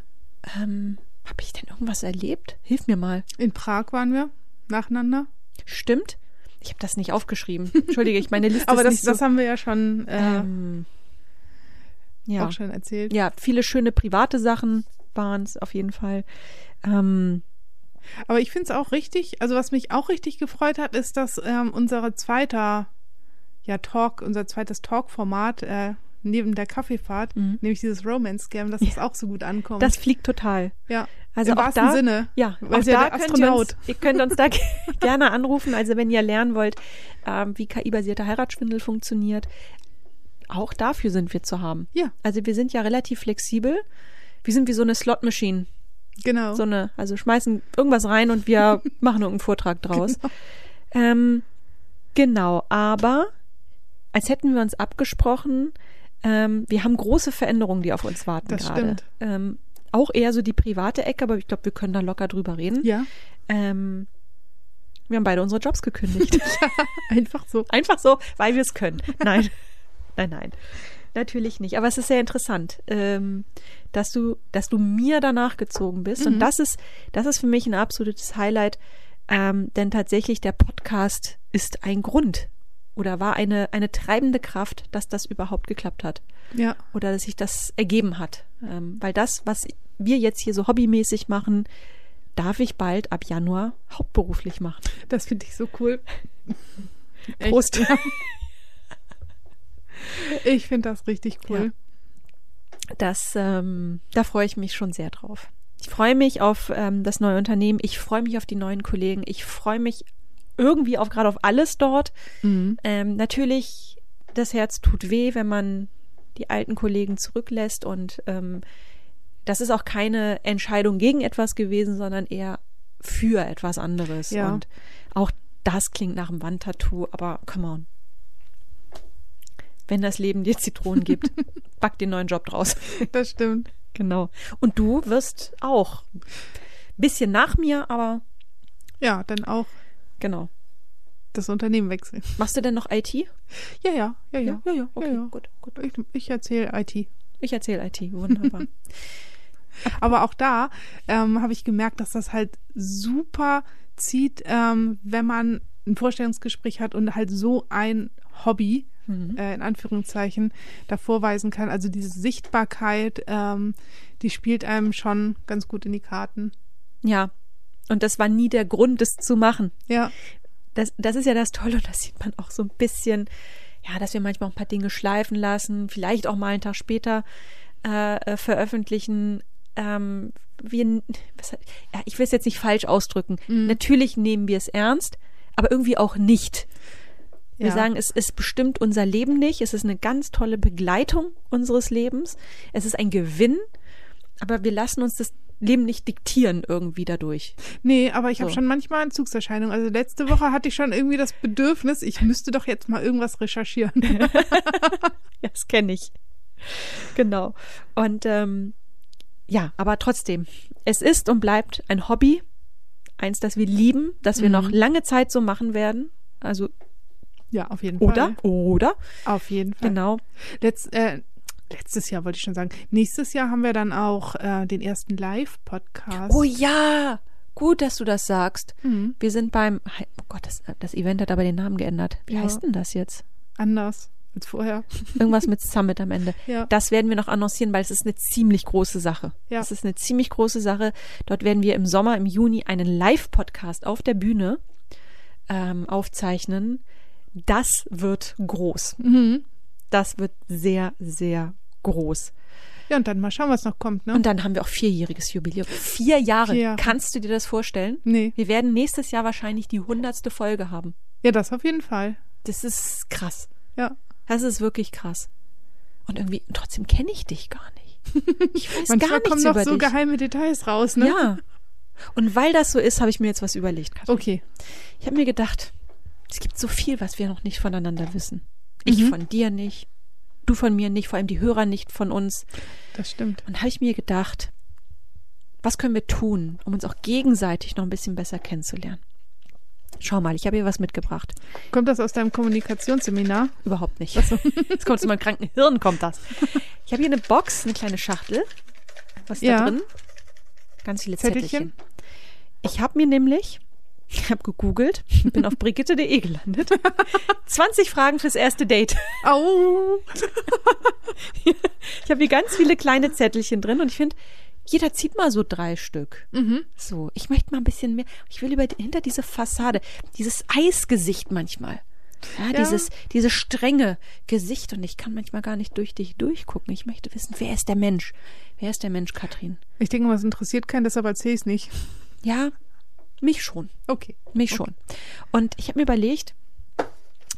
Ähm, Habe ich denn irgendwas erlebt? Hilf mir mal. In Prag waren wir nacheinander. Stimmt. Ich habe das nicht aufgeschrieben. Entschuldige, ich meine Liste Aber ist das, nicht das so. haben wir ja schon, äh, ähm, ja. auch schon erzählt. ja, viele schöne private Sachen waren es auf jeden Fall. Ähm, Aber ich finde es auch richtig, also was mich auch richtig gefreut hat, ist, dass ähm, unser zweiter ja, Talk, unser zweites Talk-Format äh, neben der Kaffeefahrt, Mhm. nämlich dieses Romance-Scam, dass Ja. das auch so gut ankommt. das fliegt total. ja, Also im auch wahrsten da, Sinne. Ja, Weil auch sie ja da der könnt ihr, uns, Astronaut. ihr könnt uns da ge- gerne anrufen. Also wenn ihr lernen wollt, ähm, wie KI-basierter Heiratsschwindel funktioniert, auch dafür sind wir zu haben. Ja, Also wir sind ja relativ flexibel. Wir sind wie so eine Slot-Machine. genau. So eine, also schmeißen irgendwas rein und wir machen irgendeinen Vortrag draus. Genau. Ähm, genau, aber als hätten wir uns abgesprochen, ähm, wir haben große Veränderungen, die auf uns warten Das gerade. stimmt. Ähm, auch eher so die private Ecke, aber ich glaube, wir können da locker drüber reden. ja, Ähm, wir haben beide unsere Jobs gekündigt. einfach so. Einfach so, weil wir es können. Nein, nein, nein. Natürlich nicht. Aber es ist sehr interessant, ähm, dass du, dass du mir danach gezogen bist. Und das ist, das ist für mich ein absolutes Highlight, ähm, denn tatsächlich der Podcast ist ein Grund oder war eine, eine treibende Kraft, dass das überhaupt geklappt hat Ja, oder dass sich das ergeben hat. Ähm, weil das, was wir jetzt hier so hobbymäßig machen, darf ich bald ab Januar hauptberuflich machen. das finde ich so cool. Echt. Prost. Ich finde das richtig cool. Das, ähm, da freue ich mich schon sehr drauf. Ich freue mich auf ähm, das neue Unternehmen. Ich freue mich auf die neuen Kollegen. Ich freue mich irgendwie auf gerade auf alles dort. Mhm. Ähm, natürlich, das Herz tut weh, wenn man die alten Kollegen zurücklässt und ähm, das ist auch keine Entscheidung gegen etwas gewesen, sondern eher für etwas anderes. Ja. Und auch das klingt nach einem Wandtattoo, aber come on. Wenn das Leben dir Zitronen gibt, back den neuen Job draus. Das stimmt. Genau. Und du wirst auch. Bisschen nach mir, aber Ja, dann auch Genau. das Unternehmen wechseln. Machst du denn noch IT? Ja, ja, ja, ja. ja, ja. Okay, ja. gut, gut. Ich, ich erzähle IT. Ich erzähle IT, wunderbar. Aber auch da ähm, habe ich gemerkt, dass das halt super zieht, ähm, wenn man ein Vorstellungsgespräch hat und halt so ein Hobby, Mhm. äh, in Anführungszeichen, da vorweisen kann. Also diese Sichtbarkeit, ähm, die spielt einem schon ganz gut in die Karten. ja. Und das war nie der Grund, das zu machen. Ja, das, das ist ja das Tolle und das sieht man auch so ein bisschen, ja, dass wir manchmal auch ein paar Dinge schleifen lassen, vielleicht auch mal einen Tag später äh, äh, veröffentlichen. Ähm, wir, was, ja, ich will es jetzt nicht falsch ausdrücken. Mhm. Natürlich nehmen wir es ernst, aber irgendwie auch nicht. Wir Ja. sagen, es, es bestimmt unser Leben nicht. Es ist eine ganz tolle Begleitung unseres Lebens. Es ist ein Gewinn, aber wir lassen uns das Leben nicht diktieren irgendwie dadurch. Nee, aber ich habe So. schon manchmal Entzugserscheinungen. Also letzte Woche hatte ich schon irgendwie das Bedürfnis, ich müsste doch jetzt mal irgendwas recherchieren. Ja, das kenne ich. Genau. Und ähm, ja, aber trotzdem, es ist und bleibt ein Hobby, eins, das wir lieben, das wir noch lange Zeit so machen werden. Also, Ja, auf jeden oder? Fall. Oder? Auf jeden Fall. Genau. Letz, äh, letztes Jahr wollte ich schon sagen. Nächstes Jahr haben wir dann auch äh, den ersten Live-Podcast. Oh ja, gut, dass du das sagst. Mhm. Wir sind beim, oh Gott, das, das Event hat aber den Namen geändert. Wie Ja. heißt denn das jetzt? Anders als vorher. Irgendwas mit Summit am Ende. Ja. Das werden wir noch annoncieren, weil es ist eine ziemlich große Sache. Ja. Es ist eine ziemlich große Sache. Dort werden wir im Sommer, im Juni, einen Live-Podcast auf der Bühne ähm, aufzeichnen. Das wird groß. Mhm. Das wird sehr, sehr groß. Ja, und dann mal schauen, was noch kommt, ne? Und dann haben wir auch vierjähriges Jubiläum. Vier Jahre. Vier Jahre. Kannst du dir das vorstellen? Nee. Wir werden nächstes Jahr wahrscheinlich die hundertste Folge haben. Ja, das auf jeden Fall. Das ist krass. Ja. Das ist wirklich krass. Und irgendwie, trotzdem kenne ich dich gar nicht. Ich weiß Manchmal gar nichts kommen noch über so dich. geheime Details raus, ne? Ja. Und weil das so ist, habe ich mir jetzt was überlegt. Katja. Okay. Ich habe mir gedacht, es gibt so viel, was wir noch nicht voneinander wissen. Ich Mhm. von dir nicht, du von mir nicht, vor allem die Hörer nicht von uns. Das stimmt. Und habe ich mir gedacht, was können wir tun, um uns auch gegenseitig noch ein bisschen besser kennenzulernen? Schau mal, ich habe hier was mitgebracht. Kommt das aus deinem Kommunikationsseminar? Überhaupt nicht. Jetzt kommt es in meinem kranken Hirn, kommt das. Ich habe hier eine Box, eine kleine Schachtel. Was ist Ja. da drin? Ganz viele Zettelchen. Zettelchen? Ich habe mir nämlich, ich habe gegoogelt, bin auf brigitte.de gelandet. 20 Fragen fürs erste Date. Au! Ich habe hier ganz viele kleine Zettelchen drin und ich finde, jeder zieht mal so drei Stück. Mhm. So, ich möchte mal ein bisschen mehr. Ich will über hinter diese Fassade, dieses Eisgesicht manchmal. Ja, Ja. Dieses, dieses strenge Gesicht und ich kann manchmal gar nicht durch dich durchgucken. Ich möchte wissen, wer ist der Mensch? Wer ist der Mensch, Katrin? Ich denke mal, es interessiert keinen, deshalb erzähl ich's nicht. Ja, mich schon. Okay. Mich schon. Und ich habe mir überlegt,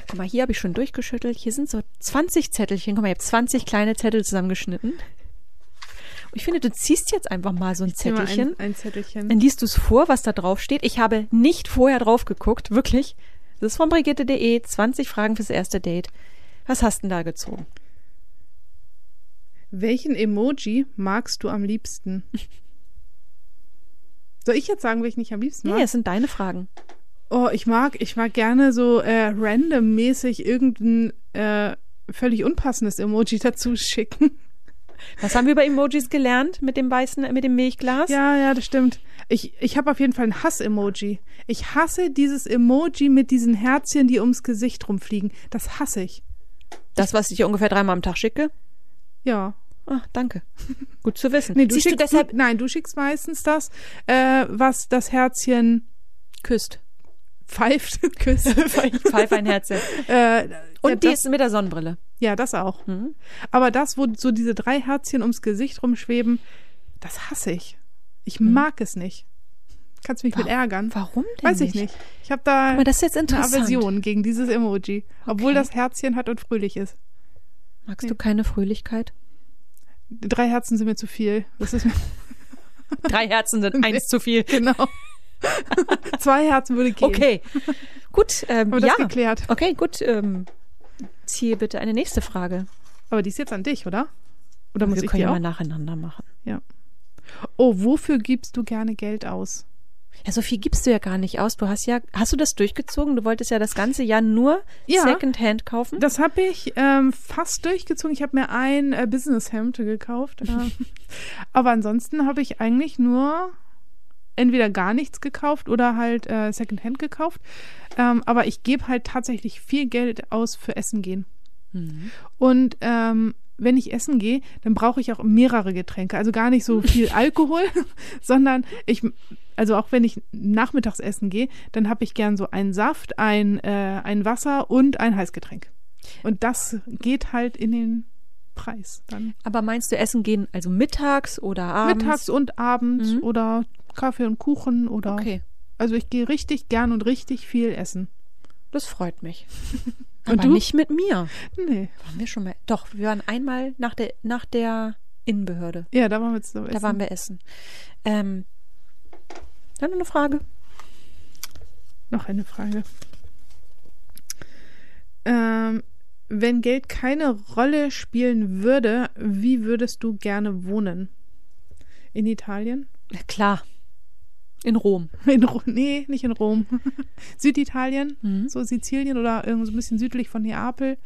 guck mal, hier habe ich schon durchgeschüttelt. Hier sind so 20 Zettelchen. Guck mal, ich habe 20 kleine Zettel zusammengeschnitten. Und ich finde, du ziehst jetzt einfach mal so ein Zieh mal Zettelchen. Ein, ein Zettelchen. Dann liest du es vor, was da drauf steht. Ich habe nicht vorher drauf geguckt, wirklich. Das ist von Brigitte.de, 20 Fragen fürs erste Date. Was hast denn da gezogen? Welchen Emoji magst du am liebsten? Soll ich jetzt sagen, welchen ich am liebsten mag? Nee, es sind deine Fragen. Oh, ich mag, ich mag gerne so äh, randommäßig irgendein äh, völlig unpassendes Emoji dazu schicken. Was haben wir über Emojis gelernt mit dem weißen, äh, mit dem Milchglas? Ja, ja, das stimmt. Ich, ich habe auf jeden Fall ein Hass-Emoji. Ich hasse dieses Emoji mit diesen Herzchen, die ums Gesicht rumfliegen. Das hasse ich. Das, was ich dir ungefähr dreimal am Tag schicke? Ja. Ah, danke. Gut zu wissen. Nee, du Siehst du schickst, deshalb du, nein, du schickst meistens das, äh, was das Herzchen küsst. pfeift, küsst. Ich pfeife ein Herz. äh, ja, Und die das- ist mit der Sonnenbrille. Hm? Ja, das auch. Aber das, wo so diese drei Herzchen ums Gesicht rumschweben, das hasse ich. Ich mag es nicht. Kannst mich mit Mhm. Warum- ärgern. Warum denn Weiß ich nicht. Ich habe da Aber das ist jetzt eine interessant. Aversion gegen dieses Emoji, obwohl Okay. das Herzchen hat und fröhlich ist. Magst du keine Fröhlichkeit? Die Drei Herzen sind mir zu viel. Das ist Drei Herzen sind eins zu viel. genau. Zwei Herzen würde gehen. Okay. Gut, ähm, Haben wir das ja. geklärt? Okay, gut. Ähm, ziehe bitte eine nächste Frage. Aber die ist jetzt an dich, oder? Oder muss wir ich können die ja mal auch? nacheinander machen. Ja. Oh, wofür gibst du gerne Geld aus? Ja, so viel gibst du ja gar nicht aus. Du hast ja, hast du das durchgezogen? Du wolltest ja das ganze Jahr nur Ja. Secondhand kaufen. Das habe ich ähm, fast durchgezogen. Ich habe mir ein äh, Businesshemd gekauft. Äh, aber ansonsten habe ich eigentlich nur entweder gar nichts gekauft oder halt äh, Secondhand gekauft. Ähm, aber ich gebe halt tatsächlich viel Geld aus für Essen gehen. Hm. Und ähm, wenn ich essen gehe, dann brauche ich auch mehrere Getränke. Also gar nicht so viel Alkohol, sondern ich, also auch wenn ich nachmittags essen gehe, dann habe ich gern so einen Saft, ein, äh, ein Wasser und ein Heißgetränk. Und das geht halt in den Preis dann. Aber meinst du Essen gehen, also mittags oder abends? Mittags und abends Mhm. oder Kaffee und Kuchen oder. Okay, Also ich gehe richtig gern und richtig viel essen. das freut mich. Und Aber du? nicht mit mir. Nee. Waren wir schon mal? Doch, wir waren einmal nach der, nach der Innenbehörde. Ja, da waren wir jetzt so essen. Da waren wir essen. Ähm, dann noch eine Frage. Noch eine Frage. Ähm, wenn Geld keine Rolle spielen würde, wie würdest du gerne wohnen? In Italien? Na klar. In Rom. In Ro nee, nicht in Rom. Süditalien, Mhm. so Sizilien oder irgend so ein bisschen südlich von Neapel,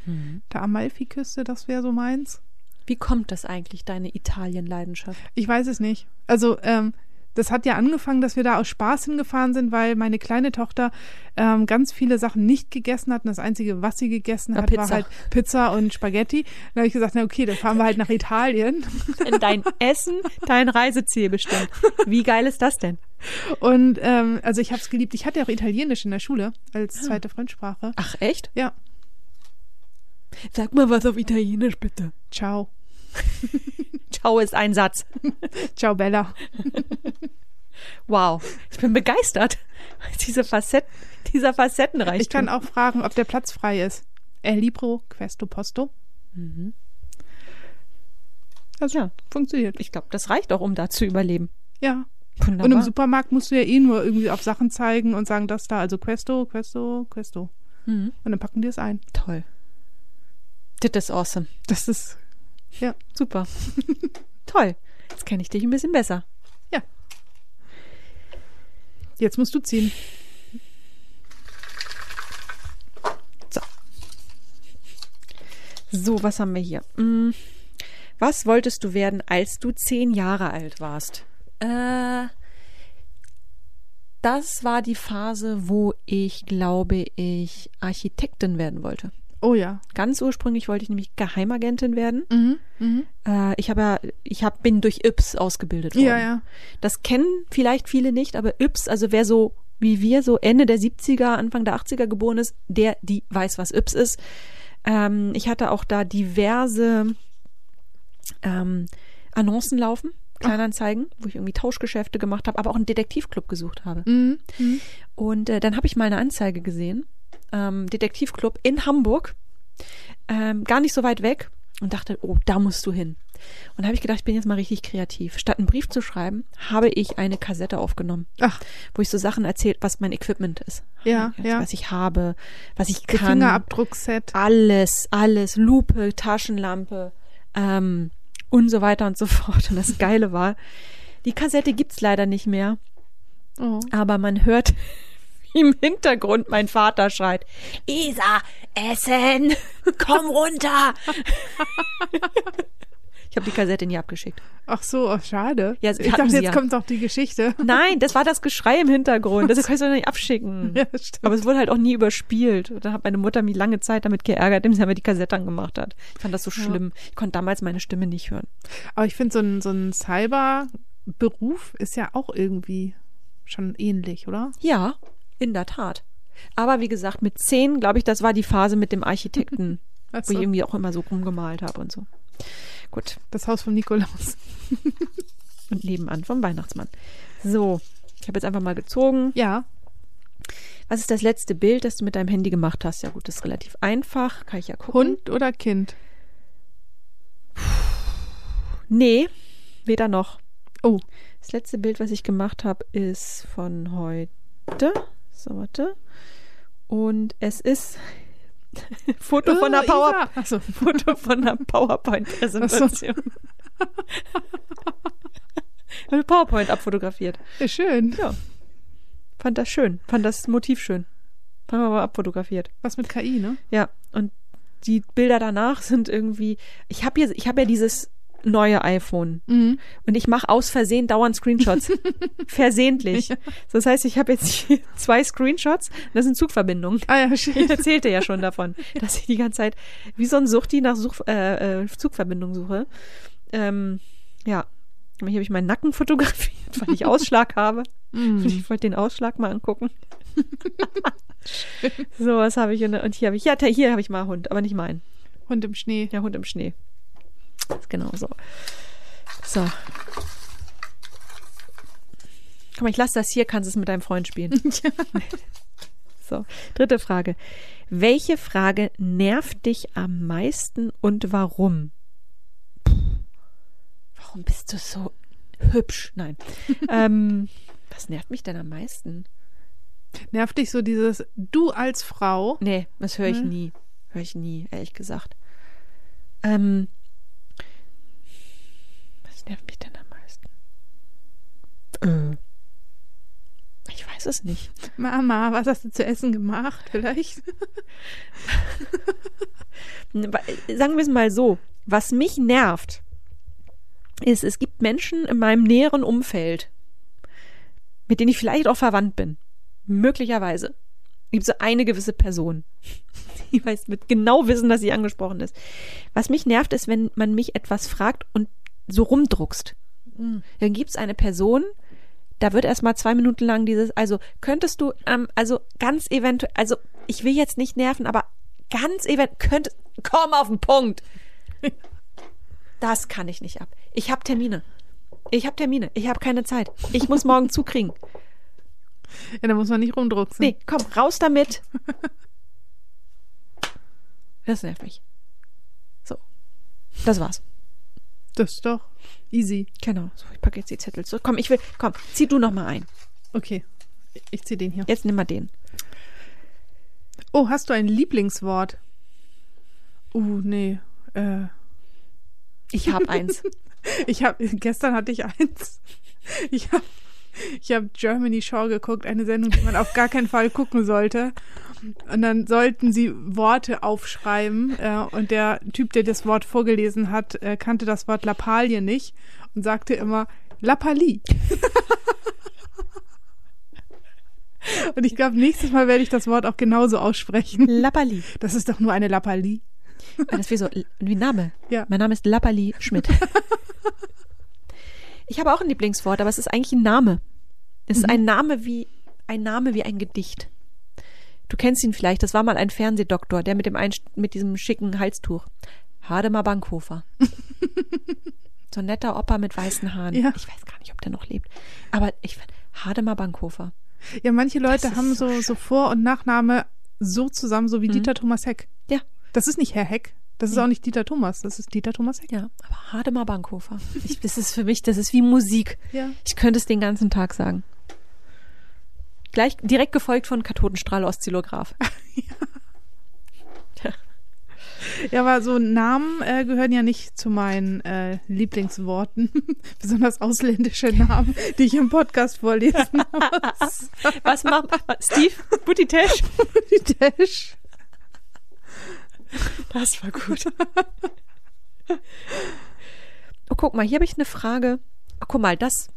der Amalfiküste, das wäre so meins. Wie kommt das eigentlich, deine Italien-Leidenschaft? Ich weiß es nicht. Also, ähm, das hat ja angefangen, dass wir da aus Spaß hingefahren sind, weil meine kleine Tochter ähm, ganz viele Sachen nicht gegessen hat. Und das Einzige, was sie gegessen Na, hat, war Pizza. halt Pizza und Spaghetti. Da habe ich gesagt, na okay, dann fahren wir halt nach Italien. Wenn dein Essen dein Reiseziel bestimmt. Wie geil ist das denn? Und ähm, also ich habe es geliebt. Ich hatte ja auch Italienisch in der Schule Ah. als zweite Fremdsprache. Ach, echt? Ja, Sag mal was auf Italienisch, bitte. ciao. Ciao ist ein Satz. Ciao, Bella. Wow. Ich bin begeistert. Diese Facetten, dieser Facettenreichtum. Ich kann auch fragen, ob der Platz frei ist. El libro questo posto. Also Mhm. Ja. funktioniert. Ich glaube, das reicht auch, um da zu überleben. Ja. Wunderbar. Und im Supermarkt musst du ja eh nur irgendwie auf Sachen zeigen und sagen, das da, also Questo, Questo, Questo. Mhm. Und dann packen die es ein. Toll. Das ist awesome. Das ist, ja, Super. Toll. Jetzt kenne ich dich ein bisschen besser. ja. Jetzt musst du ziehen. So, was haben wir hier? Mm, Was wolltest du werden, als du zehn Jahre alt warst? Äh, das war die Phase, wo ich, glaube ich, Architektin werden wollte. Oh ja. Ganz ursprünglich wollte ich nämlich Geheimagentin werden. Mhm. Mhm. Äh, ich habe ja, ich hab, bin durch IPS ausgebildet worden. Ja, ja. Das kennen vielleicht viele nicht, aber Yps, also wer so wie wir, so Ende der 70er, Anfang der 80er geboren ist, der, die weiß, was Yps ist. Ähm, ich hatte auch da diverse ähm, Annoncen laufen, Kleinanzeigen, wo ich irgendwie Tauschgeschäfte gemacht habe, aber auch einen Detektivclub gesucht habe. Mhm. Mhm. Und äh, dann habe ich mal eine Anzeige gesehen, ähm, Detektivclub in Hamburg, ähm, gar nicht so weit weg und dachte, oh, da musst du hin. Und da habe ich gedacht, ich bin jetzt mal richtig kreativ. Statt einen Brief zu schreiben, habe ich eine Kassette aufgenommen, Ach, wo ich so Sachen erzählt, was mein Equipment ist. Ja, Also, ja. Was ich habe, was ich so kann. Fingerabdruckset. Alles, alles, Lupe, Taschenlampe ähm, und so weiter und so fort. Und das Geile war, die Kassette gibt's leider nicht mehr Oh. aber man hört wie im Hintergrund mein Vater schreit. Isa, essen! Komm runter! ich habe die Kassette nie abgeschickt. Ach so, oh, schade. Ja, ich hatten dachte, sie jetzt ja. kommt auch die Geschichte. Nein, das war das Geschrei im Hintergrund. Das kannst du doch nicht abschicken. Ja, stimmt. aber es wurde halt auch nie überspielt. Und dann hat meine Mutter mich lange Zeit damit geärgert, indem sie aber die Kassette angemacht hat. Ich fand das so schlimm. Ich konnte damals meine Stimme nicht hören. Aber ich finde, so ein, so ein Cyberberuf ist ja auch irgendwie schon ähnlich, oder? Ja, in der Tat. Aber wie gesagt, mit zehn, glaube ich, das war die Phase mit dem Architekten, Ach wo ich so. irgendwie auch immer so rumgemalt habe und so. Gut, Das Haus vom Nikolaus. und nebenan vom Weihnachtsmann. So, ich habe jetzt einfach mal gezogen. Ja. Was ist das letzte Bild, das du mit deinem Handy gemacht hast? Ja gut, das ist relativ einfach, kann ich ja gucken. Hund oder Kind? Nee, weder noch. Oh. Das letzte Bild, was ich gemacht habe, ist von heute. So, warte. Und es ist Foto von der Oh, Power Isa. Achso. Foto von einer PowerPoint-Präsentation. Eine PowerPoint abfotografiert. Ja, schön. Ja. Fand das schön. Fand das Motiv schön. Haben wir aber abfotografiert. Was mit KI, ne? Ja, und die Bilder danach sind irgendwie. Ich habe hier, ich habe ja dieses neue iPhone Mhm. und ich mache aus Versehen dauernd Screenshots. Versehentlich. Das heißt, ich habe jetzt hier zwei Screenshots. Das sind Zugverbindungen. Ah ja, Ich shit. erzählte ja schon davon, dass ich die ganze Zeit wie so ein Suchti nach Such, äh, äh, Zugverbindung suche. Ähm, ja, hier habe ich meinen Nacken fotografiert, weil ich Ausschlag habe. Mhm. Ich wollte den Ausschlag mal angucken. so, was habe ich und, und hier habe ich, ja, da- hier habe ich mal Hund, aber nicht meinen. Hund im Schnee. Ja, Hund im Schnee. Ist genau so. So. Komm mal, ich lasse das hier, kannst es mit deinem Freund spielen. Ja. So, dritte Frage. Welche Frage nervt dich am meisten und warum? Puh, Warum bist du so hübsch? Nein. ähm, was nervt mich denn am meisten? Nervt dich so dieses Du als Frau? Nee, das höre ich Nee. nie. Höre ich nie, ehrlich gesagt. Ähm, was nervt mich denn am meisten? Äh. Ich weiß es nicht. Mama, was hast du zu essen gemacht? Vielleicht? N- wa- Sagen wir es mal so. Was mich nervt, ist, es gibt Menschen in meinem näheren Umfeld, mit denen ich vielleicht auch verwandt bin. Möglicherweise. Es gibt so eine gewisse Person. Die weiß, wird genau wissen, dass sie angesprochen ist. Was mich nervt, ist, wenn man mich etwas fragt und so rumdruckst. Dann gibt es eine Person, da wird erstmal zwei Minuten lang dieses, also könntest du, ähm, also ganz eventuell, also ich will jetzt nicht nerven, aber ganz eventuell, könnt, komm auf den Punkt. Das kann ich nicht ab. Ich habe Termine. Ich habe Termine. Ich habe keine Zeit. Ich muss morgen zukriegen. Ja, da muss man nicht rumdrucksen. Nee, komm, raus damit. Das nervt mich. So. Das war's. Das ist doch easy. Genau. So, ich packe jetzt die Zettel zurück. Komm, ich will, komm, zieh du noch mal ein. Okay. Ich zieh den hier. Jetzt nimm mal den. Oh, hast du ein Lieblingswort? Uh, nee. Äh, Ich habe eins. ich hab, gestern hatte ich eins. Ich habe ich hab Germany Shore geguckt, eine Sendung, die man auf gar keinen Fall gucken sollte. Und dann sollten sie Worte aufschreiben. Äh, und der Typ, der das Wort vorgelesen hat, äh, kannte das Wort Lappalie nicht und sagte immer Lappalie. und ich glaube, nächstes Mal werde ich das Wort auch genauso aussprechen. Lappali. Das ist doch nur eine Lappalie. Ah, Das ist wie so, wie Name. Ja. Mein Name ist Lappali Schmidt. Ich habe auch ein Lieblingswort, aber es ist eigentlich ein Name. Es ist ein Mhm. Name wie, ein Name wie ein Gedicht. Du kennst ihn vielleicht, das war mal ein Fernsehdoktor, der mit dem einst- mit diesem schicken Halstuch. Hademar Bankhofer. so ein netter Opa mit weißen Haaren. Ja. Ich weiß gar nicht, ob der noch lebt. Aber ich fand, Hademar Bankhofer. Ja, manche Das Leute ist haben so so, Mhm. so, Vor- und Nachname so zusammen, so wie Dieter Thomas Heck. Ja. Das ist nicht Herr Heck. Das ist auch nicht Dieter Thomas. Das ist Dieter Thomas Heck. Ja, aber Hademar Bankhofer. Ich, das ist für mich, das ist wie Musik. Ja. Ich könnte es den ganzen Tag sagen. Gleich direkt gefolgt von Kathodenstrahl Oszillograph. Ja, aber so Namen äh, gehören ja nicht zu meinen äh, Lieblingsworten. Besonders ausländische Namen, die ich im Podcast vorlesen muss. Was macht Steve Buttigieg? Dash. Das war gut. Oh, guck mal, hier habe ich eine Frage. Oh, guck mal, das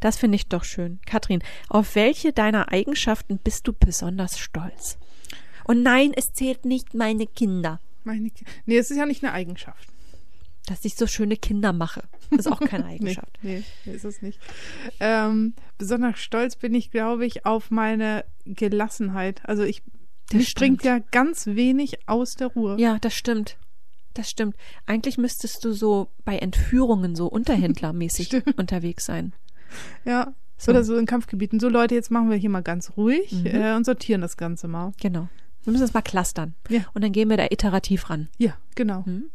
das finde ich doch schön. Katrin, auf welche deiner Eigenschaften bist du besonders stolz? Und nein, es zählt nicht meine Kinder, Meine Ki- nee, es ist ja nicht eine Eigenschaft. dass ich so schöne Kinder mache. Das ist auch keine Eigenschaft. Nee, nee, ist es nicht. Ähm, besonders stolz bin ich, glaube ich, auf meine Gelassenheit. Also ich Das mir springt stimmt. ja ganz wenig aus der Ruhe. Ja, das stimmt. Das stimmt. Eigentlich müsstest du so bei Entführungen so unterhändlermäßig Stimmt. unterwegs sein. Ja. So. Mhm. Oder so in Kampfgebieten. So, Leute, jetzt machen wir hier mal ganz ruhig äh, und sortieren das Ganze mal. Genau. Wir müssen das mal clustern. Ja. Und dann gehen wir da iterativ ran. Ja, genau. Mhm.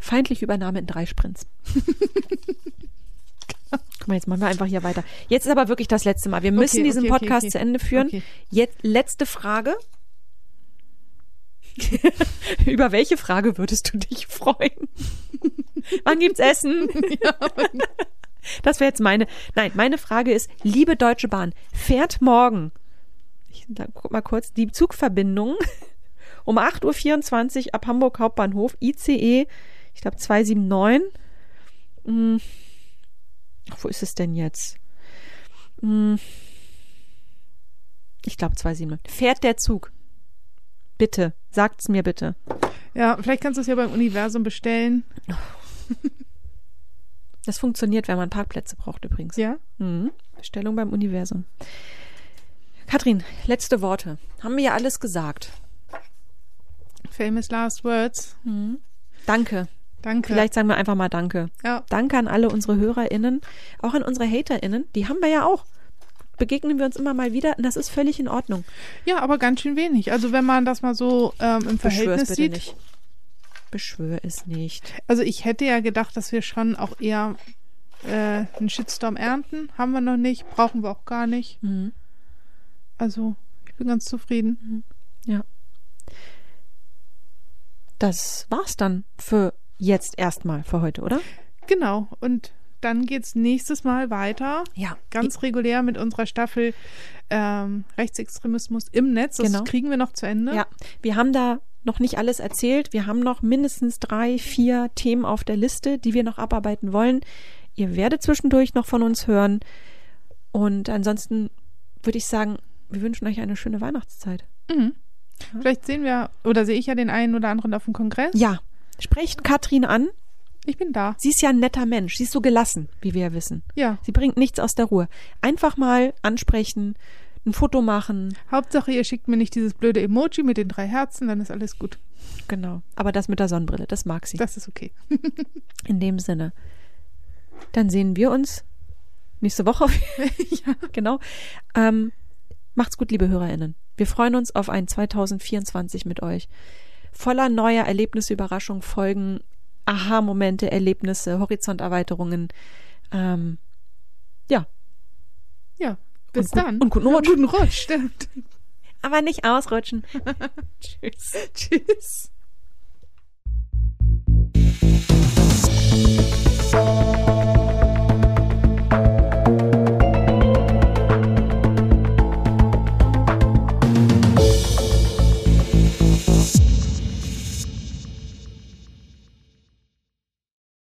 Feindliche Übernahme in drei Sprints. Guck mal, jetzt machen wir einfach hier weiter. Jetzt ist aber wirklich das letzte Mal. Wir müssen Okay, diesen okay, okay, Podcast okay. zu Ende führen. Okay. Jetzt letzte Frage. Über welche Frage würdest du dich freuen? Wann gibt's Essen? Das wäre jetzt meine. Nein, meine Frage ist, liebe Deutsche Bahn, fährt morgen, ich da, guck mal kurz, die Zugverbindung um 8.24 Uhr ab Hamburg Hauptbahnhof, ICE, ich glaube 279. Hm. Ach, wo ist es denn jetzt? Hm. Ich glaube 279. Fährt der Zug? Bitte, sagt's mir bitte. Ja, vielleicht kannst du es ja beim Universum bestellen. Das funktioniert, wenn man Parkplätze braucht übrigens. Ja? Mhm. Bestellung beim Universum. Katrin, letzte Worte. Haben wir ja alles gesagt. Famous Last Words. Danke. Danke. Vielleicht sagen wir einfach mal Danke. Ja. Danke an alle unsere HörerInnen, auch an unsere HaterInnen. Die haben wir ja auch. Begegnen wir uns immer mal wieder und das ist völlig in Ordnung. ja, aber ganz schön wenig. Also wenn man das mal so ähm, im Verhältnis bitte sieht. nicht. Beschwör es nicht. Also ich hätte ja gedacht, dass wir schon auch eher äh, einen Shitstorm ernten. Haben wir noch nicht, brauchen wir auch gar nicht. Mhm. Also ich bin ganz zufrieden. Das war's dann für jetzt erstmal für heute, oder? Genau. Und dann geht's nächstes Mal weiter. Ja. Ganz regulär mit unserer Staffel ähm, Rechtsextremismus im Netz. Das Genau. kriegen wir noch zu Ende. Ja, wir haben da noch nicht alles erzählt. Wir haben noch mindestens drei, vier Themen auf der Liste, die wir noch abarbeiten wollen. Ihr werdet zwischendurch noch von uns hören. Und ansonsten würde ich sagen, wir wünschen euch eine schöne Weihnachtszeit. Mhm. Vielleicht sehen wir, oder sehe ich ja den einen oder anderen auf dem Kongress. Ja, sprecht Katrin an. Ich bin da. Sie ist ja ein netter Mensch. Sie ist so gelassen, wie wir ja wissen. Ja. Sie bringt nichts aus der Ruhe. Einfach mal ansprechen, ein Foto machen. Hauptsache, ihr schickt mir nicht dieses blöde Emoji mit den drei Herzen, dann ist alles gut. Genau. Aber das mit der Sonnenbrille, das mag sie. Das ist okay. In dem Sinne. Dann sehen wir uns nächste Woche. ja. Genau. Ähm, macht's gut, liebe HörerInnen. Wir freuen uns auf ein 2024 mit euch. Voller neuer Erlebnisse, Überraschungen, Folgen, Aha-Momente, Erlebnisse, Horizonterweiterungen. Ähm, Ja. Bis und gut- dann. Und guten Rutsch. guten Rutsch. Stimmt. Aber nicht ausrutschen. Tschüss. Tschüss.